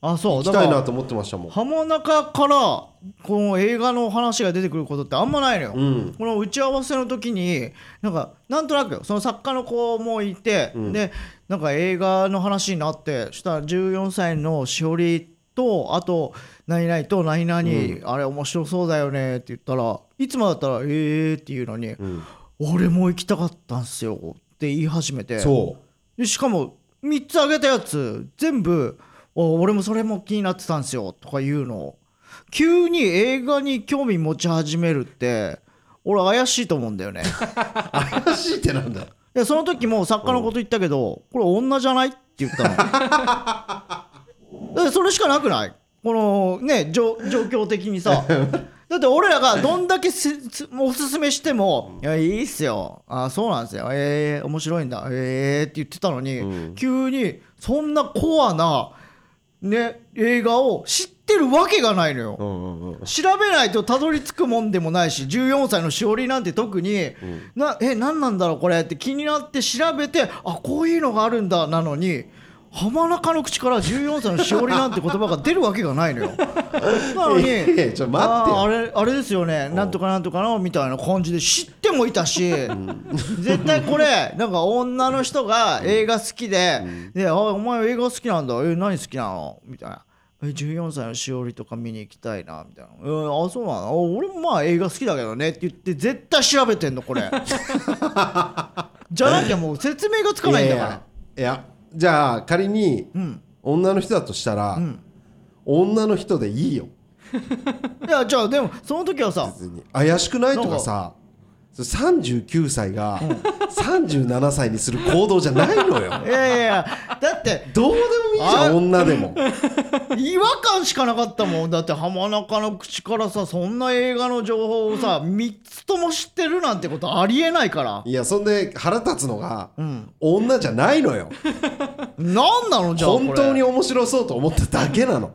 [SPEAKER 2] あそ
[SPEAKER 1] 行
[SPEAKER 2] う
[SPEAKER 1] きたいなと思ってましたもん
[SPEAKER 2] 浜中からこの映画の話が出てくることってあんまないのよ、
[SPEAKER 1] うん
[SPEAKER 2] この打ち合わせの時になんかなんとなくよその作家の子もいて、でなんか映画の話になってしたら14歳のしおりとあと何々と何々、あれ面白そうだよねって言ったらいつもだったら「えー」っていうのに、
[SPEAKER 1] ん
[SPEAKER 2] 俺も行きたかったんすよ」って言い始めて
[SPEAKER 1] そう
[SPEAKER 2] でしかも3つあげたやつ全部お俺もそれも気になってたんですよとか言うの急に映画に興味持ち始めるって俺怪しいと思うんだよね
[SPEAKER 1] 怪しいってなんだ
[SPEAKER 2] でその時も作家のこと言ったけどこれ女じゃないって言ったのだ ってそれしかなくないこのね状状況的にさだって俺らがどんだけせつおすすめしても「いやいいっすよあそうなんですよええ面白いんだええって言ってたのに、急にそんなコアな、ね、映画を知ってるわけがないのよ。
[SPEAKER 1] うんうんうん
[SPEAKER 2] 調べないとたどり着くもんでもないし14歳のしおりなんて特に、なえ何なんだろうこれって気になって調べてあこういうのがあるんだなのに浜中の口から14歳のしおりなんて言葉が出るわけがないのよ。なの に
[SPEAKER 1] いやいやちょっと待ってよ
[SPEAKER 2] あーあれあれですよねなんとかなんとかのみたいな感じで知ってもいたし、絶対これなんか女の人が映画好きで「であお前映画好きなんだえ何好きなの?」みたいな。え14歳のしおりとか見に行きたいなみたいな「うんあそうなのお俺もまあ映画好きだけどね」って言って絶対調べてん のこれじゃなきゃもう説明がつかないんだから
[SPEAKER 1] いやいやいやじゃあ仮に、女の人だとしたら、女の人でいいよ
[SPEAKER 2] いやじゃあでもその時はさ
[SPEAKER 1] 別に怪しくないとかさそれ39歳が37歳にする行動じゃないのよ
[SPEAKER 2] いやいやいやだって
[SPEAKER 1] どうでもいいじゃん女でも
[SPEAKER 2] 違和感しかなかったもんだって浜中の口からさそんな映画の情報をさ3つとも知ってるなんてことありえないから
[SPEAKER 1] いやそんで腹立つのが、女じゃないのよ
[SPEAKER 2] 何なのじゃあこれ
[SPEAKER 1] 本当に面白そうと思っただけなの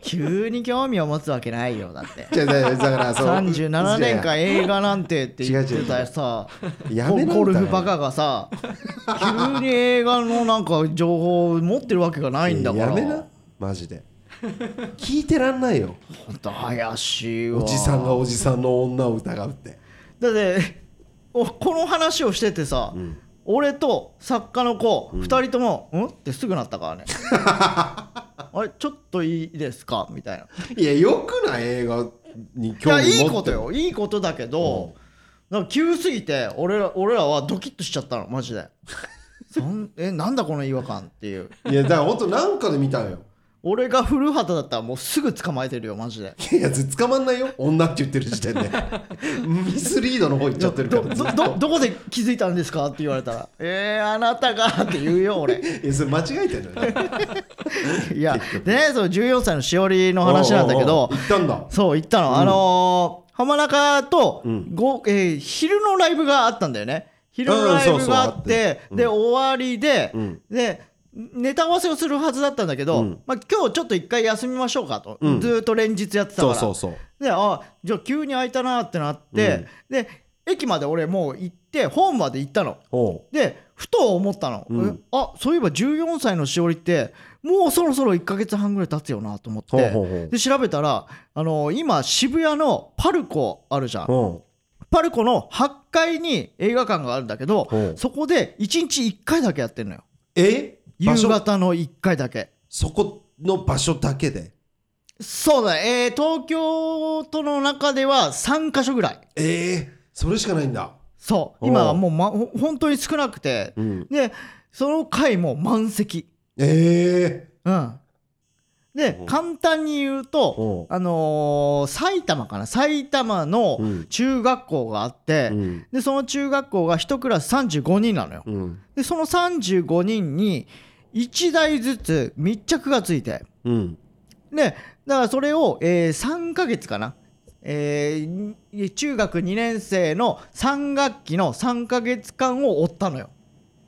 [SPEAKER 2] 急に興味を持つわけないよだって
[SPEAKER 1] じゃあだだからその
[SPEAKER 2] 37年間
[SPEAKER 1] い
[SPEAKER 2] 映画なんてって言って
[SPEAKER 1] 違う違
[SPEAKER 2] た
[SPEAKER 1] う
[SPEAKER 2] さ
[SPEAKER 1] ややめなんだよ
[SPEAKER 2] ゴルフバカがさ急に映画のなんか情報を持ってるわけがないんだ
[SPEAKER 1] や
[SPEAKER 2] から
[SPEAKER 1] やめなマジで聞いてらんないよ
[SPEAKER 2] ほんと怪しいわ
[SPEAKER 1] おじさんがおじさんの女を疑うって
[SPEAKER 2] だって おこの話をしててさ、俺と作家の子2人とも「うん?」ってすぐなったか らねあれちょっといいですかみたいない
[SPEAKER 1] やよくない映画に
[SPEAKER 2] い
[SPEAKER 1] 興味持って
[SPEAKER 2] やいいことよいいことだけど、なんか急すぎて俺ら俺らはドキッとしちゃったのマジでそん えなんだこの違和感っていう
[SPEAKER 1] いやだからほんとなんかで見たのよ
[SPEAKER 2] 俺が古畑だったらもうすぐ捕まえてるよマジで
[SPEAKER 1] いやいや捕まんないよ女って言ってる時点でミスリードの方行っちゃってるか
[SPEAKER 2] ど
[SPEAKER 1] らずっ
[SPEAKER 2] どど
[SPEAKER 1] と
[SPEAKER 2] どこで気づいたんですかって言われたら「えー、あなたが」って言うよ俺
[SPEAKER 1] いやそれ間違えてるのよね
[SPEAKER 2] いやでねその14歳のしおりの話なんだけ
[SPEAKER 1] おうおうお
[SPEAKER 2] ど
[SPEAKER 1] う行ったんだ
[SPEAKER 2] そう言ったの、あのー浜中と、ごえー昼のライブがあったんだよね昼のライブがあ
[SPEAKER 1] うんそう
[SPEAKER 2] っ、
[SPEAKER 1] そうあって
[SPEAKER 2] で終わりで、
[SPEAKER 1] ん
[SPEAKER 2] でネタ合わせをするはずだったんだけど、まあ、今日ちょっと一回休みましょうかと、ずーっと連日やってたか
[SPEAKER 1] そ
[SPEAKER 2] ら
[SPEAKER 1] うそうそう
[SPEAKER 2] であじゃあ急に空いたなってなって、で駅まで俺もう行ってホームまで行ったの。
[SPEAKER 1] おう
[SPEAKER 2] でふと思ったの、
[SPEAKER 1] うん
[SPEAKER 2] えあそういえば14歳のしおりってもうそろそろ1ヶ月半ぐらい経つよなと思って
[SPEAKER 1] ほうほうほう
[SPEAKER 2] で調べたら、あのー今渋谷のパルコあるじゃん、
[SPEAKER 1] お
[SPEAKER 2] パルコの8階に映画館があるんだけど、
[SPEAKER 1] うん
[SPEAKER 2] そこで1日1回だけやってんの
[SPEAKER 1] う
[SPEAKER 2] よ
[SPEAKER 1] え
[SPEAKER 2] 夕
[SPEAKER 1] 場所
[SPEAKER 2] 方の1回だけ
[SPEAKER 1] そこの場所だけで
[SPEAKER 2] そうだね、えー東京都の中では3か所ぐらい
[SPEAKER 1] ええそれしかないんだ
[SPEAKER 2] そう
[SPEAKER 1] おう
[SPEAKER 2] 今はもう、ま、ほ本当に少なくて、
[SPEAKER 1] うん
[SPEAKER 2] でその回も満席
[SPEAKER 1] ええ
[SPEAKER 2] うん、で簡単に言うと、
[SPEAKER 1] う
[SPEAKER 2] あのー埼玉かな埼玉の
[SPEAKER 1] うん
[SPEAKER 2] 中学校があって、
[SPEAKER 1] うん
[SPEAKER 2] でその中学校が1クラス35人なのよ、
[SPEAKER 1] うん
[SPEAKER 2] でその35人に1台ずつ密着がついて
[SPEAKER 1] うん
[SPEAKER 2] でだからそれを、え3ヶ月かなえー中学2年生の3学期の3ヶ月間を追ったのよ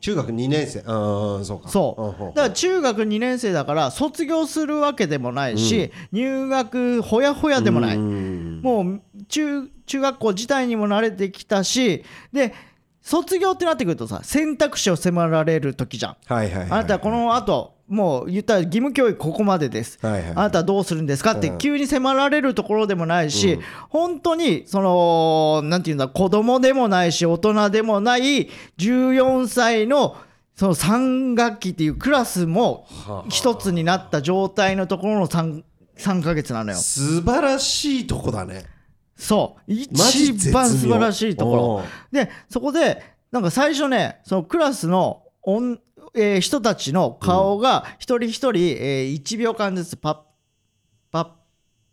[SPEAKER 1] 中学2年生ああそうか
[SPEAKER 2] そ
[SPEAKER 1] ん
[SPEAKER 2] うんだから中学2年生だから卒業するわけでもないし、入学ほやほやでもない、
[SPEAKER 1] うん
[SPEAKER 2] もう中中学校自体にも慣れてきたしで卒業ってなってくるとさ選択肢を迫られる時じゃん
[SPEAKER 1] はいはいはい
[SPEAKER 2] あなたはこの後もう言ったら義務教育ここまでです、
[SPEAKER 1] はいはい
[SPEAKER 2] あなたはどうするんですかって
[SPEAKER 1] うん
[SPEAKER 2] 急に迫られるところでもないし、本当にそのなんていうんだ子供でもないし大人でもない14歳のその3学期っていうクラスも
[SPEAKER 1] はあ
[SPEAKER 2] 一つになった状態のところの 3, 3ヶ月なのよ。
[SPEAKER 1] 素晴らしいとこだね
[SPEAKER 2] そう
[SPEAKER 1] マジ
[SPEAKER 2] 一番素晴らしいところ。でそこでなんか最初ねそのクラスのおん、えー人たちの顔が一人一人、えー1秒間ずつパッパッ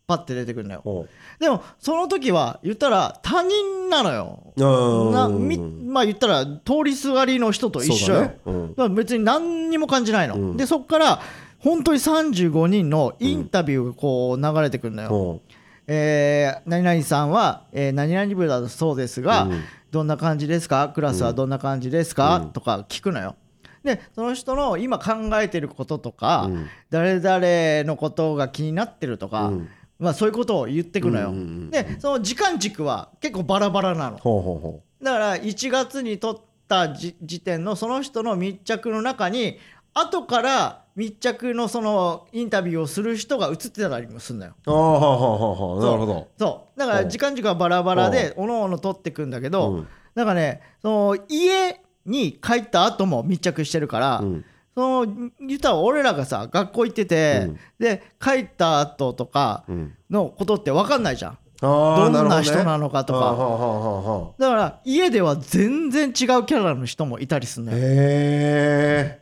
[SPEAKER 2] パッって出てくるのよ
[SPEAKER 1] ろ
[SPEAKER 2] でもその時は言ったら他人なのよなみまあ言ったら通りすがりの人と一緒よだ,、から別に何にも感じないの、
[SPEAKER 1] うん
[SPEAKER 2] でそっから本当に35人のインタビューがこう流れてくるのよ、えー何々さんは、えー何々部だそうですが、
[SPEAKER 1] うん
[SPEAKER 2] どんな感じですかクラスはどんな感じですか、とか聞くのよ。でその人の今考えてることとか、
[SPEAKER 1] うん
[SPEAKER 2] 誰々のことが気になってるとか、
[SPEAKER 1] うん
[SPEAKER 2] まあ、そういうことを言ってくのよ。
[SPEAKER 1] うんうんうん
[SPEAKER 2] でその時間軸は結構バラバラなの。
[SPEAKER 1] ほうほうほ
[SPEAKER 2] だから1月に取ったじ時点のその人の密着の中に後から密着のそのインタビューをする人が映ってたりもするのよ。
[SPEAKER 1] うああはあはあはあはあなるほど
[SPEAKER 2] そうだから時間軸はバラバラでおのおの取ってくんだけど、
[SPEAKER 1] うん
[SPEAKER 2] なんかねその家に帰った後も密着してるから、
[SPEAKER 1] うん
[SPEAKER 2] その言ったら俺らがさ学校行ってて、
[SPEAKER 1] うん
[SPEAKER 2] で帰った後とか
[SPEAKER 1] うん
[SPEAKER 2] のことって分かんないじゃん
[SPEAKER 1] あ
[SPEAKER 2] ど
[SPEAKER 1] あ
[SPEAKER 2] ん
[SPEAKER 1] るほど
[SPEAKER 2] な
[SPEAKER 1] ね
[SPEAKER 2] 人なのかと
[SPEAKER 1] はあは
[SPEAKER 2] か
[SPEAKER 1] あはあはあ
[SPEAKER 2] だから家では全然違うキャラの人もいたりするのよ
[SPEAKER 1] へ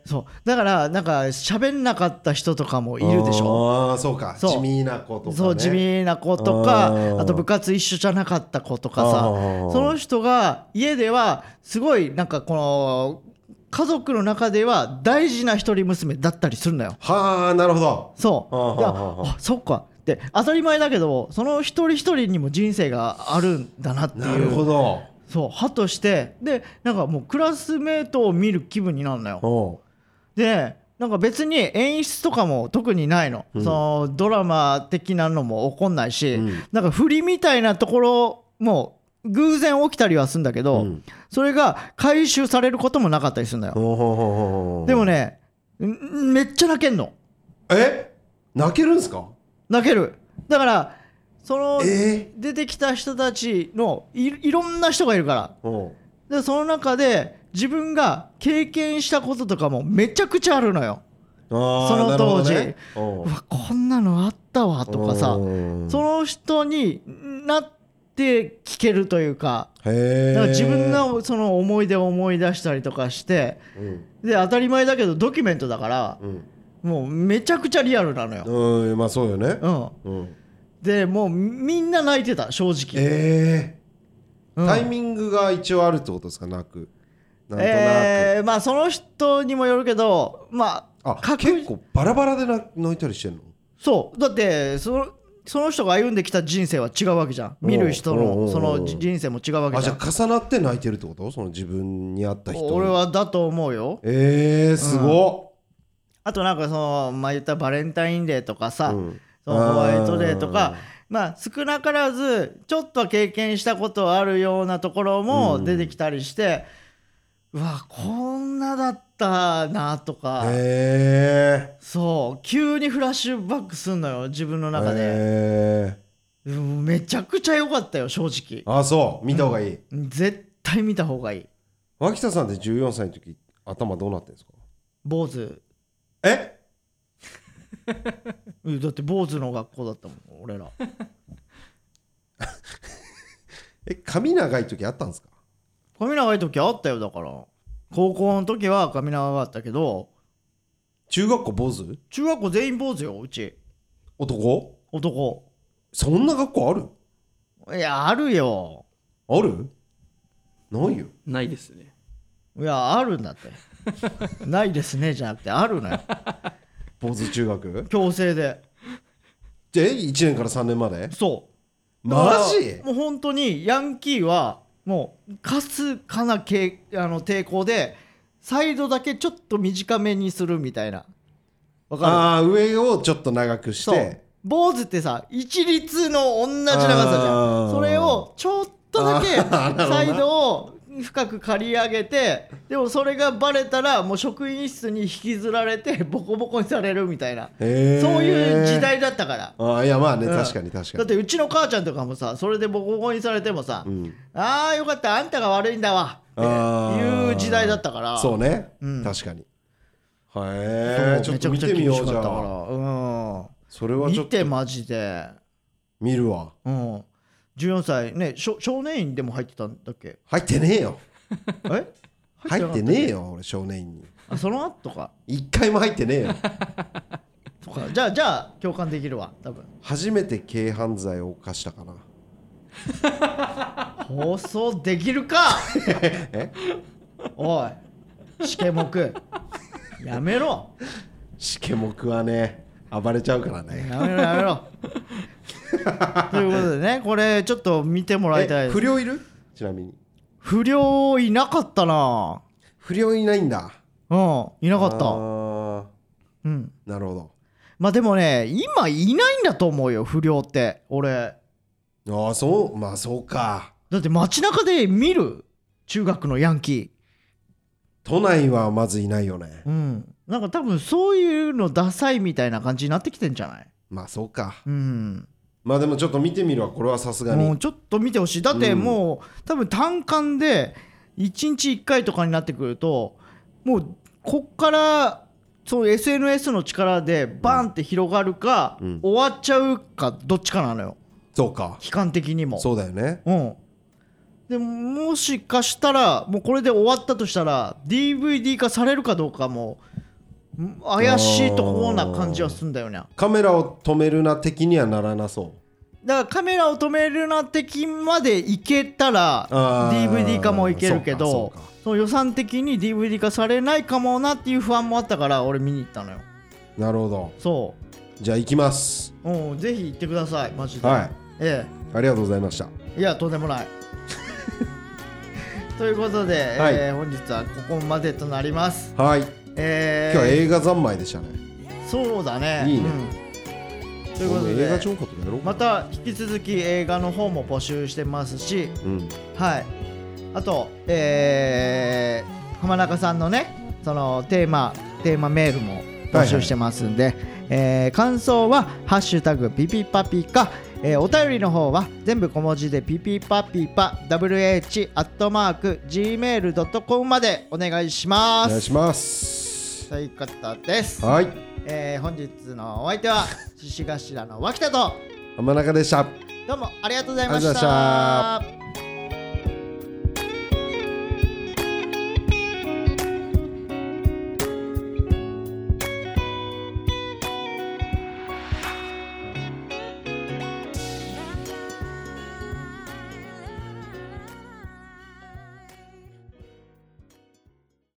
[SPEAKER 1] え
[SPEAKER 2] そうだからなんか喋んなかった人とかもいるでしょ
[SPEAKER 1] ああそうか
[SPEAKER 2] そう
[SPEAKER 1] 地味な子とかね
[SPEAKER 2] そう地味な子とか
[SPEAKER 1] あー
[SPEAKER 2] あと部活一緒じゃなかった子とか
[SPEAKER 1] あ
[SPEAKER 2] さ
[SPEAKER 1] ー
[SPEAKER 2] その人が家ではすごいなんかこの家族の中では大事な一人娘だったりするのよ
[SPEAKER 1] はあなるほど
[SPEAKER 2] そ
[SPEAKER 1] あ
[SPEAKER 2] う
[SPEAKER 1] ー
[SPEAKER 2] いや
[SPEAKER 1] はーはーはー
[SPEAKER 2] あそっかって当たり前だけどその一人一人にも人生があるんだなって
[SPEAKER 1] ないるほ
[SPEAKER 2] う
[SPEAKER 1] ど
[SPEAKER 2] そう歯としてでなんかもうクラスメートを見る気分になるのよ
[SPEAKER 1] お
[SPEAKER 2] でなんか別に演出とかも特にないの,、
[SPEAKER 1] うん
[SPEAKER 2] そのドラマ的なのも起こんないし、
[SPEAKER 1] うん
[SPEAKER 2] なんか振りみたいなところも偶然起きたりはするんだけ
[SPEAKER 1] う
[SPEAKER 2] ど、
[SPEAKER 1] ん
[SPEAKER 2] それが回収されることもなかったりするんだよ、
[SPEAKER 1] ほうほうほうほう
[SPEAKER 2] でもねんめっちゃ泣けんの
[SPEAKER 1] え泣けるんすか
[SPEAKER 2] 泣けるだからその
[SPEAKER 1] え
[SPEAKER 2] 出てきた人たちのいいろんな人がいるから
[SPEAKER 1] お
[SPEAKER 2] でその中で自分が経験したこととかもめちゃくちゃあるのよ
[SPEAKER 1] その
[SPEAKER 2] その当時
[SPEAKER 1] お
[SPEAKER 2] うわこんなのあったわとかさそ
[SPEAKER 1] そ
[SPEAKER 2] の人になって聞けるというか
[SPEAKER 1] へ
[SPEAKER 2] だから
[SPEAKER 1] え
[SPEAKER 2] 自分のその思い出を思い出したりとかして
[SPEAKER 1] うん
[SPEAKER 2] で当たり前だけどドキュメントだから
[SPEAKER 1] うん
[SPEAKER 2] もうめちゃくちゃリアルなのよ、
[SPEAKER 1] うんまあそうよね
[SPEAKER 2] うん、
[SPEAKER 1] うん
[SPEAKER 2] でもうみんな泣いてた正直、
[SPEAKER 1] え
[SPEAKER 2] う
[SPEAKER 1] え
[SPEAKER 2] ん
[SPEAKER 1] タイミングが一応あるってことですか泣くなんとなく
[SPEAKER 2] えーまあその人にもよるけどまあ
[SPEAKER 1] あ
[SPEAKER 2] 確
[SPEAKER 1] 結構バラバラでな泣いたりしてんの
[SPEAKER 2] そうだってそのその人が歩んできた人生は違うわけじゃん見る人
[SPEAKER 1] おうおうおうお
[SPEAKER 2] の
[SPEAKER 1] う
[SPEAKER 2] そのじ人生も違うわけ
[SPEAKER 1] あ
[SPEAKER 2] じ
[SPEAKER 1] じ
[SPEAKER 2] ゃ
[SPEAKER 1] ゃ
[SPEAKER 2] ん
[SPEAKER 1] あ重なって泣いてるってことその自分に合った人
[SPEAKER 2] 俺はだと思うよ
[SPEAKER 1] ええすご
[SPEAKER 2] あとなんかそのまあ言ったらバレンタインデーとか
[SPEAKER 1] っ
[SPEAKER 2] さ、
[SPEAKER 1] うん
[SPEAKER 2] そのホワイトデーとかまあ少なからずちょっとは経験したことあるようなところも出てきたりして、うわこんなだったなとか、
[SPEAKER 1] へえ
[SPEAKER 2] そう急にフラッシュバックすんのよ自分の中で、
[SPEAKER 1] へえ
[SPEAKER 2] うんめちゃくちゃ良かったよ正直
[SPEAKER 1] あそう見た方がいい
[SPEAKER 2] 絶対見た方がいい
[SPEAKER 1] 脇田さんって14歳の時頭どうなってんですか
[SPEAKER 2] 坊主
[SPEAKER 1] え
[SPEAKER 2] うんだって坊主の学校だったもん俺ら
[SPEAKER 1] え髪長い時あったんですか
[SPEAKER 2] 髪長い時あったよだから高校の時は髪長かったけど
[SPEAKER 1] 中学校坊主
[SPEAKER 2] 中学校全員坊主ようち
[SPEAKER 1] 男
[SPEAKER 2] 男
[SPEAKER 1] そんな学校ある
[SPEAKER 2] いやあるよ
[SPEAKER 1] あるないよ
[SPEAKER 3] ないですね。
[SPEAKER 2] いやあるんだって ないですねじゃなくてあるのよ
[SPEAKER 1] 坊主中学
[SPEAKER 2] 強制で
[SPEAKER 1] で1年から3年まで
[SPEAKER 2] そ
[SPEAKER 1] マジ
[SPEAKER 2] もう本当にヤンキーはもうかすかなけあの抵抗でサイドだけちょっと短めにするみたいなわか
[SPEAKER 1] ああ上をちょっと長く
[SPEAKER 2] る
[SPEAKER 1] し
[SPEAKER 2] そう
[SPEAKER 1] て
[SPEAKER 2] 坊主ってさ一律の同じ長さじゃ
[SPEAKER 1] あー
[SPEAKER 2] んそれをちょっとだけ
[SPEAKER 1] あーなるほどな
[SPEAKER 2] サイドを深く刈り上げてでもそれがバレたらもう職員室に引きずられてボコボコにされるみたい
[SPEAKER 1] そう
[SPEAKER 2] なそういう時代だったから
[SPEAKER 1] ああいやまあね
[SPEAKER 2] うん
[SPEAKER 1] 確かに確か
[SPEAKER 2] だっ
[SPEAKER 1] に
[SPEAKER 2] てうちの母ちゃんとかもさそれでボコボコにされてもさ、
[SPEAKER 1] うん
[SPEAKER 2] ああよかったあんたが悪いんだわって
[SPEAKER 1] あー
[SPEAKER 2] いう時代だったから
[SPEAKER 1] そうね
[SPEAKER 2] うん
[SPEAKER 1] 確かに
[SPEAKER 2] そう
[SPEAKER 1] へえちょっと見てみようじゃあ
[SPEAKER 2] あ、
[SPEAKER 1] それ
[SPEAKER 2] うん、
[SPEAKER 1] はちょ
[SPEAKER 2] 見
[SPEAKER 1] ってと
[SPEAKER 2] マジで、
[SPEAKER 1] 見るわ
[SPEAKER 2] うん、14歳ねしょ少年院でも入ってたんだっ け
[SPEAKER 1] 入ってねえよ
[SPEAKER 2] え
[SPEAKER 1] 入って
[SPEAKER 2] え
[SPEAKER 1] ねえよ俺少年院に
[SPEAKER 2] あその後とか
[SPEAKER 1] 一回も入ってねえよ
[SPEAKER 2] とかじゃあじゃあ共感できるわ多分
[SPEAKER 1] 初めて軽犯罪を犯したかな
[SPEAKER 2] 放送できるか
[SPEAKER 1] え
[SPEAKER 2] おいしけもくやめろ
[SPEAKER 1] しけもくはね暴れちゃうからね
[SPEAKER 2] やめろや めろということでねこれちょっと見てもらいた
[SPEAKER 1] え
[SPEAKER 2] いです
[SPEAKER 1] 不良いるちなみに
[SPEAKER 2] 不良いなかったな
[SPEAKER 1] 不良いないんだ
[SPEAKER 2] うんいなか
[SPEAKER 1] あ
[SPEAKER 2] った
[SPEAKER 1] ー
[SPEAKER 2] うん
[SPEAKER 1] なるほ
[SPEAKER 2] まあでもね今いないんだと思うよ不良って俺
[SPEAKER 1] どああそうまあそうか
[SPEAKER 2] だって街中で見る中学のヤンキ
[SPEAKER 1] 都内はまずいないよね
[SPEAKER 2] ーうんなんか多分そういうのダサいみたいな感じになってきてんじゃない
[SPEAKER 1] まあそうか
[SPEAKER 2] うん
[SPEAKER 1] まあでもちょっと見てみるわこれはさすが
[SPEAKER 2] もう
[SPEAKER 1] に
[SPEAKER 2] ちょっと見てほしいだってもう多分単管で1日1回とかになってくるともうこっからそう SNS の力でバンって広がるか、
[SPEAKER 1] うん
[SPEAKER 2] 終わっちゃうかどっちかなのよ
[SPEAKER 1] そうか
[SPEAKER 2] 期間的にも
[SPEAKER 1] そうだよね
[SPEAKER 2] うんでももしかしたらもうこれで終わったとしたら DVD 化されるかどうかもん怪しいとこな感じはすんだよね
[SPEAKER 1] カメラを止めるな的にはならなそう
[SPEAKER 2] だからカメラを止めるな的までいけたら
[SPEAKER 1] あー
[SPEAKER 2] DVD 化もいけるけ
[SPEAKER 1] そうか
[SPEAKER 2] ど
[SPEAKER 1] そうか
[SPEAKER 2] その予算的に DVD 化されないかもなっていう不安もあったから俺見に行ったのよ
[SPEAKER 1] なるほど
[SPEAKER 2] そ
[SPEAKER 1] じゃあ行きます
[SPEAKER 2] う、うん、ぜひ行ってくださいマジで、
[SPEAKER 1] はい
[SPEAKER 2] え
[SPEAKER 1] ありがとうございました
[SPEAKER 2] えいやとん でもないということで、
[SPEAKER 1] はい
[SPEAKER 2] えー本日はここまでとなります
[SPEAKER 1] はい
[SPEAKER 2] え
[SPEAKER 1] 今
[SPEAKER 2] ー、
[SPEAKER 1] 日は映画三昧でしたね
[SPEAKER 2] そうだね
[SPEAKER 1] いいね
[SPEAKER 2] うんということ
[SPEAKER 1] 俺も映画
[SPEAKER 2] で
[SPEAKER 1] 超過とかやろうか
[SPEAKER 2] また引き続き映画の方も募集してますし
[SPEAKER 1] うん
[SPEAKER 2] はい。あと、えー浜中さんのね、そのテーマ、テーマメールも募集してますんで、えー感想は、ハッシュタグピピパピか、えーお便りの方は全部小文字でピピパピパ WH アットマーク Gmail.com までお願いし
[SPEAKER 1] お
[SPEAKER 2] ま
[SPEAKER 1] 願い
[SPEAKER 2] す。
[SPEAKER 1] します
[SPEAKER 2] ということです。
[SPEAKER 1] はい
[SPEAKER 2] えー本日のお相手は、獅子頭の脇田と、
[SPEAKER 1] 浜中でした
[SPEAKER 2] どうもありがとうござい
[SPEAKER 1] あ
[SPEAKER 2] ま
[SPEAKER 1] りがとうございま
[SPEAKER 2] した。